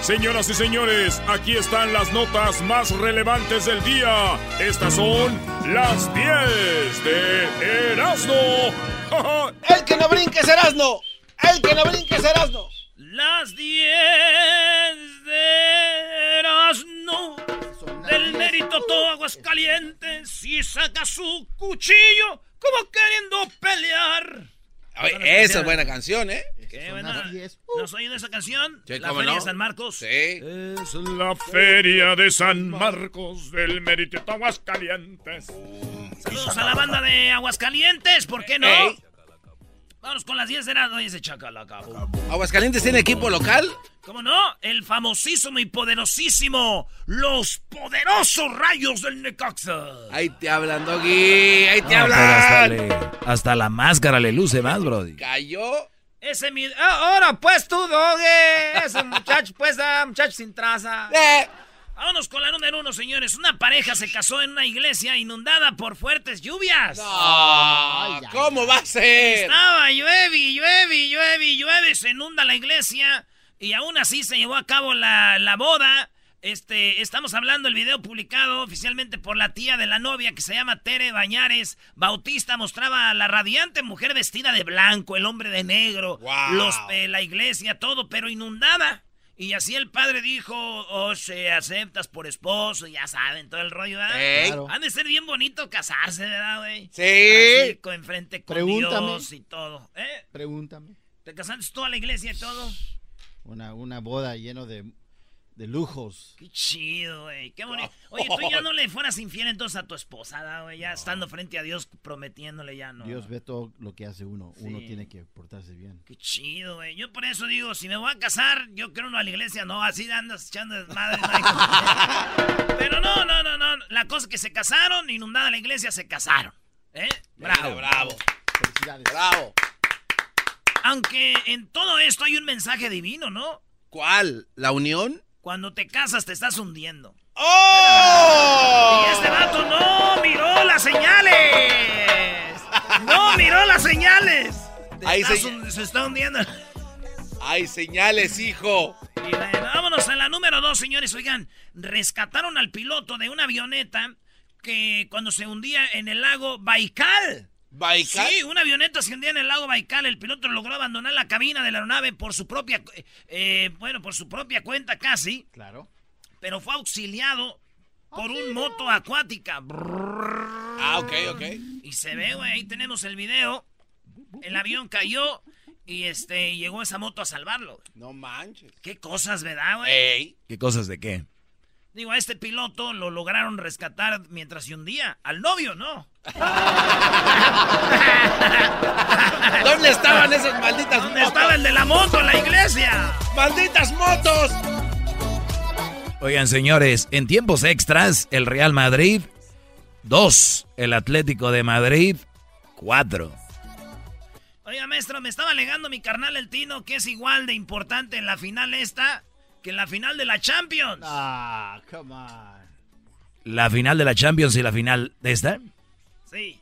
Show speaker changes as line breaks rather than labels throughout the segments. Señoras y señores, aquí están las notas más relevantes del día. Estas son las 10 de Erasmo.
El que no brinque es Erasmo. El que no brinque es Erasmo.
Las 10 de Erasmo. Del mérito todo Aguascalientes. Y saca su cuchillo como queriendo pelear.
Oye,
Bueno, que
esa
sea.
es buena canción, ¿eh?
Qué buena. ¿Nos oído esa canción?
Uh. Sí,
la
cómo
Feria
no.
de San Marcos.
Sí.
Eh.
Es la feria de San Marcos del Meritito Aguascalientes.
Saludos a la banda de Aguascalientes, ¿por qué no?
Ey.
Vámonos con las 10 de Erasmo, dice Chacalaca.
¿Aguascalientes tiene
Uh.
equipo local?
¿Cómo no? El famosísimo y poderosísimo, los poderosos rayos del Necaxa.
Ahí te hablan, Doggy. Ahí te hablan.
Ah, hasta la máscara le luce más, Brody.
Cayó.
Ese mi... Ah, Ahora pues tú, doge. Ese muchacho, pues, ah, muchacho sin traza.
Eh,
Vámonos con la número uno, señores. Una pareja se casó en una iglesia inundada por fuertes lluvias.
ah, ¿Cómo va a ser?
Estaba llueve, llueve, llueve, llueve, se inunda la iglesia y aún así se llevó a cabo la, la boda. Este, estamos hablando del video publicado oficialmente por la tía de la novia que se llama Tere Bañares Bautista mostraba a la radiante mujer vestida de blanco, el hombre de negro,
Wow.
los, eh, la iglesia, todo, pero inundada. Y así el padre dijo, o se aceptas por esposo, ya saben, todo el rollo, ¿verdad?
Ey.
Han de ser bien bonito casarse, ¿verdad, güey? Así,
Sí.
co- enfrente con
Pregúntame.
Dios y todo. ¿Eh?
Pregúntame.
¿Te casaste tú a la iglesia y todo?
Una, una boda lleno de, de lujos.
Qué chido, güey. Qué bonito. Oye, tú ya no le fueras infiel entonces a tu esposa, ¿da, güey. Ya estando frente a Dios prometiéndole ya, ¿no?
Dios ve todo lo que hace uno. Uno
Ah. Sí.
tiene que portarse bien.
Qué chido, güey. Yo por eso digo, si me voy a casar, yo creo no a la iglesia, no. Así andas echando desmadre. no hay cosa. Pero no, no, no, no. La cosa es que se casaron, inundada la iglesia, se casaron. ¿Eh?
Bravo, bravo.
Felicidades.
Bravo.
Aunque en todo esto hay un mensaje divino, ¿no?
¿Cuál? ¿La unión?
Cuando te casas te estás hundiendo.
¡Oh!
Y este vato no miró las señales. No miró las señales. Te
Ahí
estás
se-
hun- se está hundiendo.
Hay señales, hijo.
Y bueno, eh, vámonos a la número dos, señores. Oigan, rescataron al piloto de una avioneta que cuando se hundía en el lago Baikal.
Baikal.
Sí, una avioneta se hundía en el lago Baikal. El piloto logró abandonar la cabina de la aeronave por su propia, cu- eh, bueno, por su propia cuenta casi.
Claro.
pero fue auxiliado por un moto acuática.
Ah, ok, ok.
Y se ve, güey, ahí tenemos el video. El avión cayó y este llegó esa moto a salvarlo. güey.
No manches.
Qué cosas, ¿verdad, güey?
Ey.
Eh, ¿Qué cosas de qué?
Digo, a este piloto lo lograron rescatar mientras se hundía. Al novio, ¿no?
¿Dónde estaban esas malditas
¿Dónde
motos?
estaba el de la moto en la iglesia?
¡Malditas motos!
Oigan, señores, en tiempos extras, el Real Madrid, 2. El Atlético de Madrid, 4.
Oiga, maestro, me estaba alegando mi carnal el Tino que es igual de importante en la final esta que en la final de la Champions.
Ah, come on.
La final de la Champions y la final de esta.
Sí.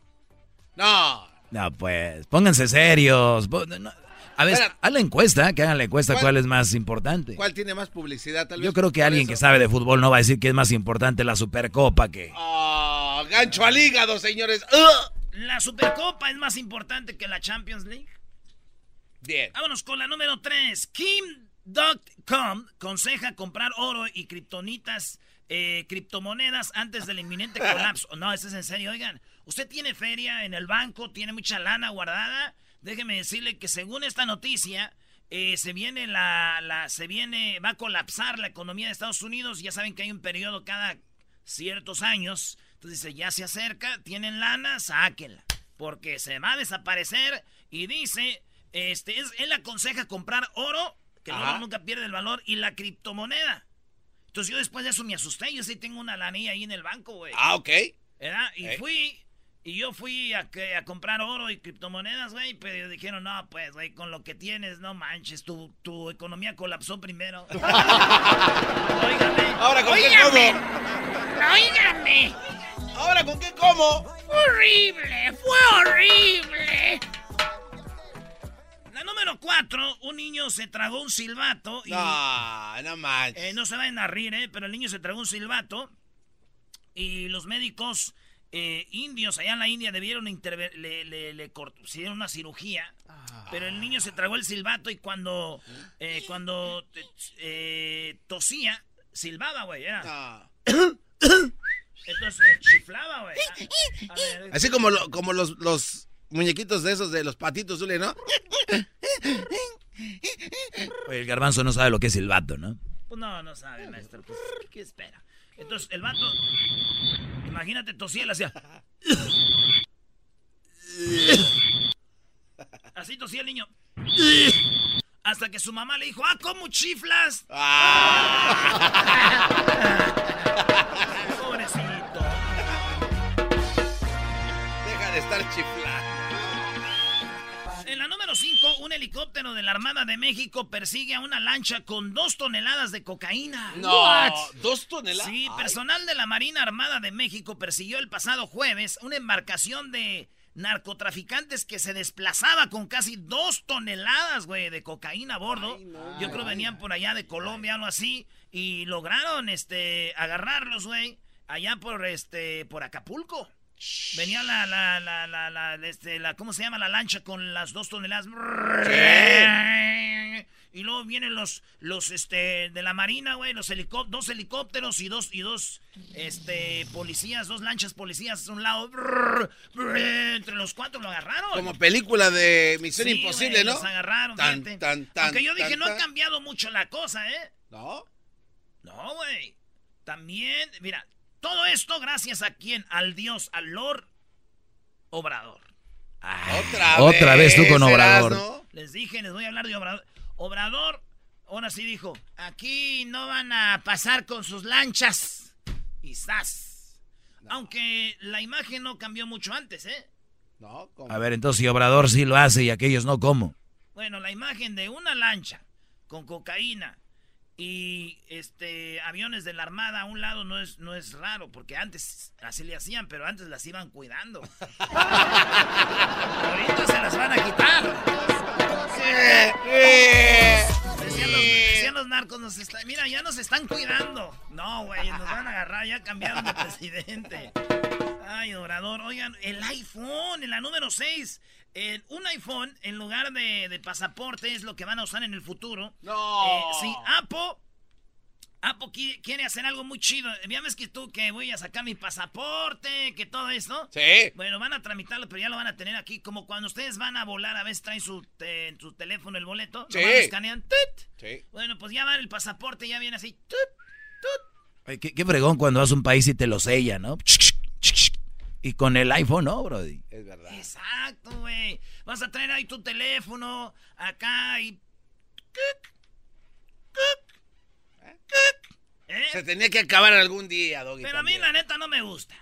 No.
No, pues, pónganse serios. Po- no, no. A ver,
Espera.
haz la encuesta, que hagan la encuesta
¿Cuál-
cuál, es más importante.
¿Cuál tiene más publicidad? Tal vez
Yo creo que
por
alguien
eso.
que sabe de fútbol no va a decir que es más importante la Supercopa que...
Ah, gancho al hígado, señores. ¡Ugh!
¿La Supercopa es más importante que la Champions League?
Bien.
Vámonos con la número 3. Kim.com conseja comprar oro y kriptonitas, eh, criptomonedas antes del inminente colapso. No, eso es en serio, oigan. Usted tiene feria en el banco, tiene mucha lana guardada. Déjeme decirle que según esta noticia, eh, se viene la, la, se viene, va a colapsar la economía de Estados Unidos. Ya saben que hay un periodo cada ciertos años. Entonces dice, ya se acerca, tienen lana, sáquenla. Porque se va a desaparecer y dice, este, es, él aconseja comprar oro, que el
Ajá.
oro nunca pierde el valor, y la criptomoneda. Entonces yo después de eso me asusté, yo sí tengo una lanilla ahí en el banco, güey.
Ah, ok.
¿verdad? Y
Ey.
fui, y yo fui a, que- a comprar oro y criptomonedas, güey, pero dijeron, no, pues, güey, con lo que tienes, no manches, tu, tu economía colapsó primero. Óigame.
Ahora con qué
Óigame.
como.
Óigame.
Ahora con qué como.
Fue horrible, fue horrible. La número cuatro, un niño se tragó un silbato y...
No, no manches.
Eh, no se vayan a rir, ¿eh? Pero el niño se tragó un silbato y los médicos eh, indios allá en la India debieron interve- le, le, le cort- hicieron una cirugía.
Ah.
Pero el niño se tragó el silbato y cuando, eh, cuando eh, eh, tosía, silbaba, güey. Era.
No.
Entonces eh, chiflaba, güey. A- a ver,
Así como, lo- como los, los muñequitos de esos de los patitos Zule, ¿no?
Oye, el garbanzo no sabe lo que es silbato, ¿no?
Pues no, no sabe, maestro. Pues, ¿qué- ¿Qué espera? Entonces, el vato. Imagínate, tosía y le hacía. Así tosía el niño. Hasta que su mamá le dijo, ¡ah, cómo chiflas!
Ah,
Pobrecito.
Deja de estar chiflando.
En la número 5, un helicóptero de la Armada de México persigue a una lancha con dos toneladas de cocaína.
No, dos toneladas.
Sí, personal de la Marina Armada de México persiguió el pasado jueves una embarcación de narcotraficantes que se desplazaba con casi dos toneladas, güey, de cocaína a bordo. Yo creo venían por allá de Colombia, algo así, y lograron, este, agarrarlos, güey, allá por, este, por Acapulco. Venía la, la, la, la, la, este, la, ¿cómo se llama? La lancha con las dos toneladas. Y luego vienen los, los, este, de la marina, güey, los helicópteros, dos helicópteros y dos, y dos, este, policías, dos lanchas policías a un lado. Entre los cuatro lo agarraron.
Ah, Como película de Misión
Sí,
Imposible,
güey,
¿no?
Los agarraron,
Tan,
fíjate.
tan, tan,
Aunque yo dije,
tan,
no ha
tan.
cambiado mucho la cosa, ¿eh?
¿No?
No, güey. También, mira, todo esto gracias a quién? Al Dios, al Lord Obrador.
Otra,
otra vez tú con
serás,
Obrador.
¿no?
Les dije, les voy a hablar de Obrador. Obrador, ahora sí dijo, aquí no van a pasar con sus lanchas. Y zas. Aunque la imagen no cambió mucho antes, ¿eh?
No, Eh, como-
A ver, entonces si Obrador sí lo hace y aquellos no, ¿cómo?
Bueno, la imagen de una lancha con cocaína y este aviones de la armada a un lado no es no es raro porque antes así le hacían, pero antes las iban cuidando. Ahorita se las van a quitar.
eh.
Decían los, decían los narcos nos está- mira, ya nos están cuidando. No, güey, nos van a agarrar, ya cambiaron de presidente. Ay, Obrador, oigan, el iPhone, en la número 6. un iPhone, en lugar de, de pasaporte, es lo que van a usar en el futuro.
No.
Eh, sí, Apple. Apple qui- quiere hacer algo muy chido. Ya ves que tú que voy a sacar mi pasaporte, que todo esto.
Sí.
Bueno, van a tramitarlo, pero ya lo van a tener aquí. Como cuando ustedes van a volar, a veces traen su, te- en su teléfono el boleto.
Sí.
nomás lo escanean. ¡tut!
Sí.
Bueno, pues ya va el pasaporte, ya viene así. ¡tut!
Ay, qué, qué fregón cuando vas a un país y te lo sella, ¿no? Y con el iPhone, ¿no, Brody?
Es verdad.
Exacto, güey. Vas a traer ahí tu teléfono, acá y... ¡cuc! ¡cuc! ¡cuc! ¿Eh?
Se tenía que acabar algún día, Doggy.
Pero a mí la
también.
neta no me gusta.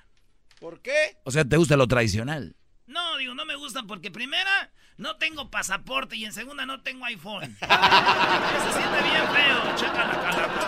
¿Por qué?
O sea, ¿te gusta lo tradicional?
No, digo, no me gusta porque primera, no tengo pasaporte y en segunda no tengo iPhone. Se siente bien feo, chácala, calaca.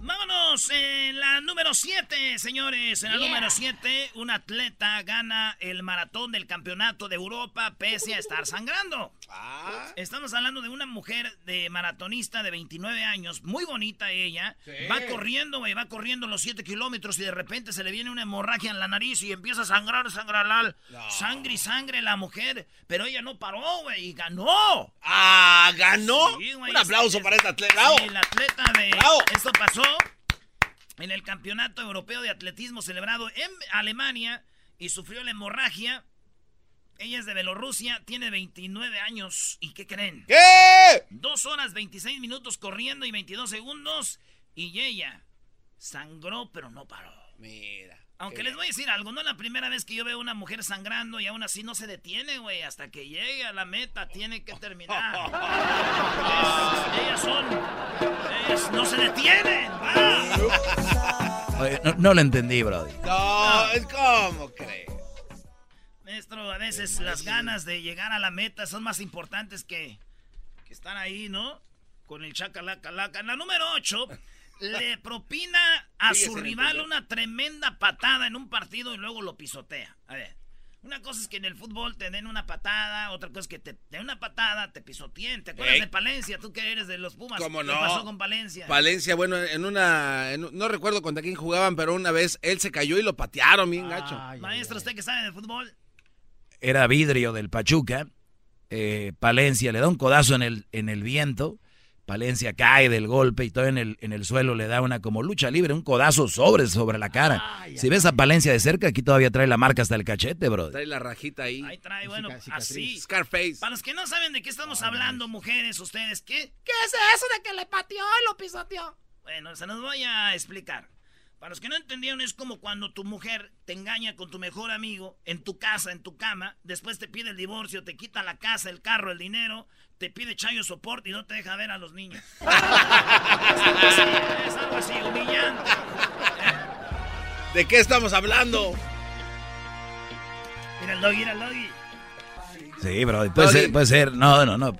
Vámonos, eh, la número 7, señores. En el número 7, un atleta gana el maratón del campeonato de Europa pese a estar sangrando.
Ah.
Estamos hablando de una mujer de maratonista de 29 años, muy bonita ella. Va corriendo, güey, va corriendo los 7 kilómetros y de repente se le viene una hemorragia en la nariz y empieza a sangrar, sangrar, lal. sangre y sangre la mujer. Pero ella no paró, güey, y ganó.
Ah, ganó.
Sí, güey,
Un aplauso
es-
para este atleta. Bravo.
Sí, el atleta de...
Bravo.
Esto pasó en el Campeonato Europeo de Atletismo celebrado en Alemania y sufrió la hemorragia. Ella es de Bielorrusia, tiene 29 años. ¿Y qué creen?
¿Qué?
Dos horas 26 minutos corriendo y 22 segundos. Y ella sangró, pero no paró.
Mira.
Aunque les voy a decir algo, no es la primera vez que yo veo a una mujer sangrando y aún así no se detiene, güey. Hasta que llegue a la meta, tiene que terminar. Es- ellas son. ellas no se detienen. ¡Va!
Oye, no, no lo entendí, Brody.
No, es como crees.
Maestro, a veces las ganas de llegar a la meta son más importantes que, que estar ahí, ¿no? Con el chacalacalaca. En la número 8, le propina a
Sí,
su
ese no
rival
entendí.
una tremenda patada en un partido y luego lo pisotea. A ver, una cosa es que en el fútbol te den una patada, otra cosa es que te den una patada, te pisoteen. ¿Te acuerdas
Ey.
de Palencia? Tú que eres de los Pumas.
¿Cómo
¿Qué
no?
pasó con Palencia?
Valencia, bueno, en una. en un- no recuerdo contra quién jugaban, pero una vez él se cayó y lo patearon bien gacho.
Ay, ay,
Maestro,
ay.
usted que sabe de fútbol,
Era vidrio del Pachuca. Eh, Palencia le da un codazo en el, en el viento. Palencia cae del golpe y todo en el, en el suelo le da una como lucha libre, un codazo sobre, sobre la cara. si ves a Palencia de cerca, aquí todavía trae la marca hasta el cachete, Brody.
Trae la rajita ahí.
ahí trae, bueno,
cica- cicatriz.
así.
Scarface.
Para los que no saben de qué estamos hablando, mujeres, ustedes, ¿qué? ¿Qué es eso de que le pateó y lo pisoteó? Bueno, se los voy a explicar. Para los que no entendieron, es como cuando tu mujer te engaña con tu mejor amigo en tu casa, en tu cama, después te pide el divorcio, te quita la casa, el carro, el dinero, te pide chayo soporte y no te deja ver a los niños. es, algo así, es algo así, humillante.
¿De qué estamos hablando?
Mira el doggy, mira el doggy.
Sí, Brody. Puede ser, puede ser. No, no, no.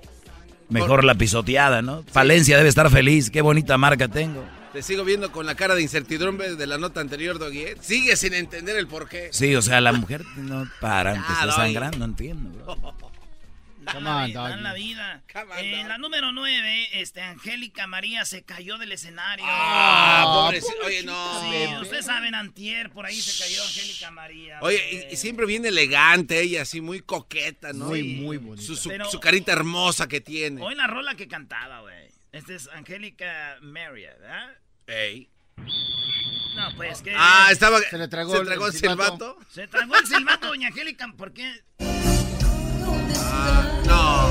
Mejor la pisoteada, ¿no? Palencia debe estar feliz. Qué bonita marca tengo.
Te sigo viendo con la cara de incertidumbre de la nota anterior, Doggy. ¿eh? Sigue sin entender el Ah, porqué.
Sí, o sea, la mujer no para, aunque
Ya,
esté
doy.
sangrando, no entiendo, bro.
Dan
Come
la
on,
vi- dan
doggy.
la vida.
Come on,
Eh,
dog.
la número 9, este, Angélica María se cayó del escenario.
Ah, pobrecito. Oye, no.
Sí,
bebé.
ustedes saben, antier, por ahí se cayó Angélica María.
Oye,
bebé.
y, y siempre bien elegante ella, así muy coqueta, ¿no?
Muy,
Y
muy bonita.
Su, su-
Pero-
su carita hermosa que tiene.
Hoy la rola que cantaba, güey. Esta es Angélica María, ¿verdad?
Ey.
No, pues que...
Ah, estaba.
Se le tragó
se
el-
tragó
el
el silbato.
Se tragó el silbato, doña Angélica, ¿por qué? Ah,
No.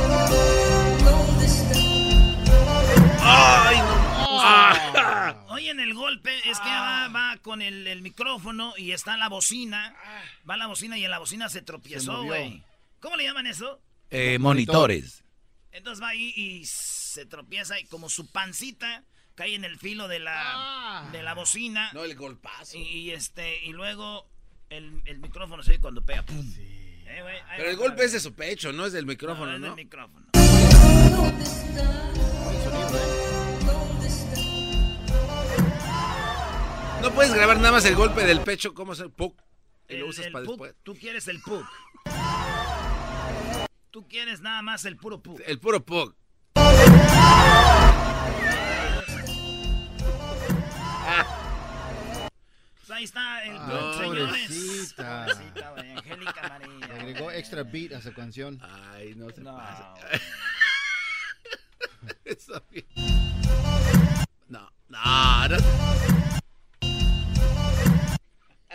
Oye, en el golpe es que
Ah.
va, va con el, el micrófono y está la bocina.
Ah.
Va la bocina y en la bocina se tropiezó,
movió.
güey. ¿Cómo le llaman eso?
Eh, monitores.
Entonces va ahí y se tropieza y como su pancita cae en el filo de la, de la bocina.
Ah. No, el golpazo.
y, y este, y luego el, el micrófono se oye cuando pega. ¡pum! Eh, güey, ahí
Pero
va
el
otra
golpe
vez.
es de su pecho, no es del
No,
micrófono,
es del
¿no?
micrófono.
No puedes grabar nada más el golpe del pecho, ¿cómo se puc, y lo
El-
usas
el
para
puck,
después.
Tú quieres el puk. Tú quieres nada más el puro puk.
El puro puck.
Pues ahí está el puk,
Ah,
señores.
pobrecita.
Pobrecita, güey, Angélica María.
Agregó
güey.
extra beat a su canción.
Ay, no se
No,
pasa.
güey.
Está bien. No, no, no.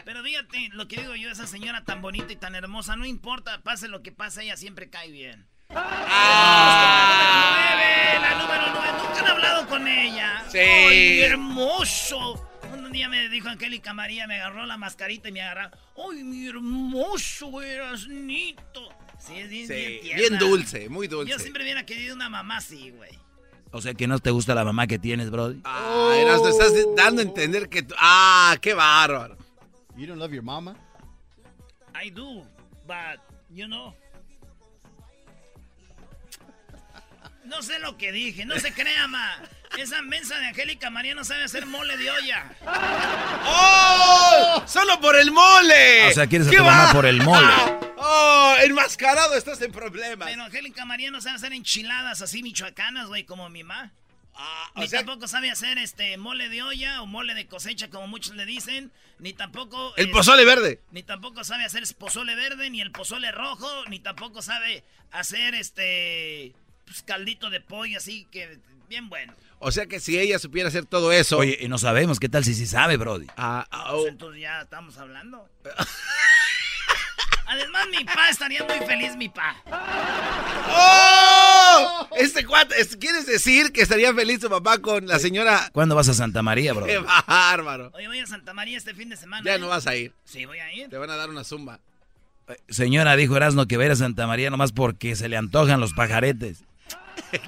Pero fíjate, lo que digo yo, esa señora tan bonita y tan hermosa, no importa, pase lo que pase, ella siempre cae bien. ¡Ah! La número 9, nunca han hablado con ella.
Sí.
¡Ay, mi hermoso! Un día me dijo Angélica María, me agarró la mascarita y me agarró. ¡Ay, mi hermoso eras nito! Sí, es bien,
Sí,
bien tierna.
bien dulce, muy
Yo
dulce.
siempre hubiera querido una mamá así, güey.
O sea, que no te gusta la mamá que tienes, Brody.
Ah, Erasmo, estás dando a entender que tú- Ah, qué bárbaro.
You don't love your mama?
I do, but you know. No sé lo que dije, no se crea, ma. Esa mensa de Angélica María no sabe hacer mole de olla.
Oh, solo por el mole.
Ah, O sea, quieres a
¿Qué
tu mamá
va?
por el mole.
Oh, enmascarado, estás en problemas.
Pero Angélica María no sabe hacer enchiladas así michoacanas, güey, como mi mamá.
Ah, o
Ni
sea,
tampoco sabe hacer este mole de olla o mole de cosecha, como muchos le dicen. Ni tampoco.
el
eh,
pozole verde.
Ni tampoco sabe hacer pozole verde, ni el pozole rojo, ni tampoco sabe hacer este. pues, caldito de pollo, así que. Bien bueno.
O sea que si ella supiera hacer todo eso.
Oye, y no sabemos qué tal si sí sabe, Brody.
ah, ah, oh,
Pues, entonces ya estamos hablando. Además, mi pa estaría muy feliz, mi pa.
¡Oh! Este cuate, es- ¿quieres decir que estaría feliz tu papá con la señora?
¿Cuándo vas a Santa María, Brody?
¡Qué bárbaro!
Oye, voy a Santa María este fin de semana.
Ya
¿eh?
no vas a ir.
Sí, voy a ir.
Te van a dar una zumba.
Eh, Señora, dijo Erasmo que va a ir a Santa María nomás porque se le antojan los pajaretes.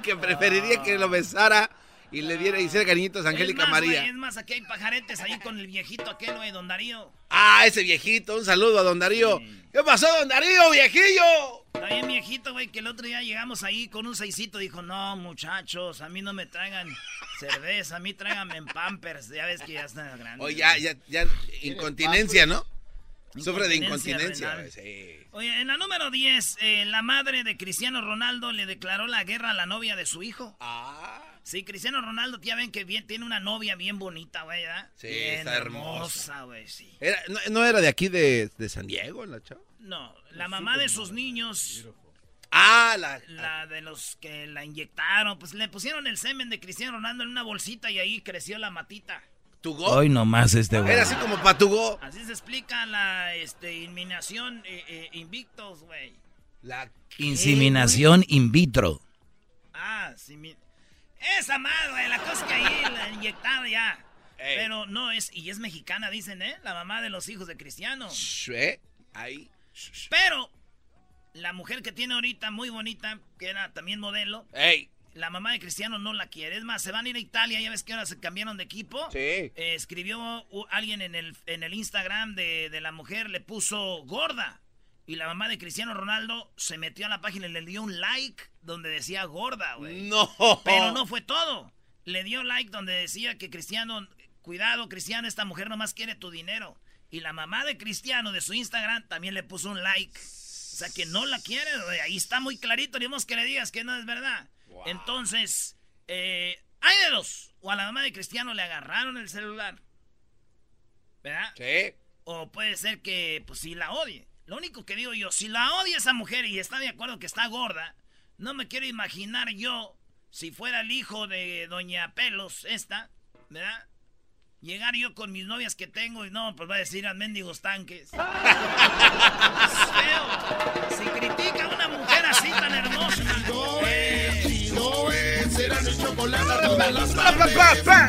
Que preferiría que lo besara y le diera y hiciera cariñitos a Angélica
es más,
María.
güey, es más, aquí hay pajaretes ahí con el viejito aquel, güey, don Darío.
Ah, ese viejito, un saludo a don Darío. ¿Qué pasó, don Darío, viejillo?
Está bien viejito, güey, que el otro día llegamos ahí con un seisito. Dijo, no, muchachos, a mí no me traigan cerveza, a mí tráiganme en Pampers. Ya ves que ya están grandes.
Oye, ya, ya, ya, incontinencia, ¿no? Sufre de incontinencia.
renal.
sí.
Oye, en la número 10, eh, la madre de Cristiano Ronaldo le declaró la guerra a la novia de su hijo.
Ah,
Sí, Cristiano Ronaldo, ya ven que bien, tiene una novia bien bonita, güey, ¿verdad?
Sí,
Bien
está hermosa.
güey, sí.
era- no, no era de aquí, de, de San Diego, la chava?
No, la mamá de sus niños,
Ah, la...
la de los que la inyectaron, pues le pusieron el semen de Cristiano Ronaldo en una bolsita y ahí creció la matita.
¿Tugó?
Hoy nomás este güey.
Oh. Era así como patugó.
Así se explica la este, inminación eh, eh, invictos, güey.
La...
Inseminación in vitro.
Ah, sí, mi... Esa madre, güey, la cosa que ahí la inyectaron ya.
Ey.
Pero no es, y es mexicana, dicen, ¿eh? La mamá de los hijos de Cristiano.
Shh, ¿eh? Ahí. Shh, shh.
Pero la mujer que tiene ahorita, muy bonita, que era también modelo,
¡Ey!
la mamá de Cristiano no la quiere. Es más, se van a ir a Italia, ya ves que ahora se cambiaron de equipo.
Sí.
Eh, escribió u- alguien en el, en el Instagram de, de la mujer, le puso gorda. Y la mamá de Cristiano Ronaldo se metió a la página y le dio un like donde decía gorda, güey.
No.
Pero no fue todo. Le dio like donde decía que Cristiano, cuidado Cristiano, esta mujer nomás quiere tu dinero. Y la mamá de Cristiano de su Instagram también le puso un like. O sea que no la quiere, güey. ahí está muy clarito, ni modo que le digas que no es verdad. Entonces, eh, hay de dos. O a la mamá de Cristiano le agarraron el celular. ¿Verdad?
Sí.
O puede ser que, pues, si la odie. Lo único que digo yo, si la odia esa mujer y está de acuerdo que está gorda, no me quiero imaginar yo, si fuera el hijo de Doña Pelos, esta, ¿verdad? Llegar yo con mis novias que tengo y no, pues va a decir a mendigos tanques. Es feo. Si critica a una mujer así tan hermosa. eh,
Pa, pa, pa, pa.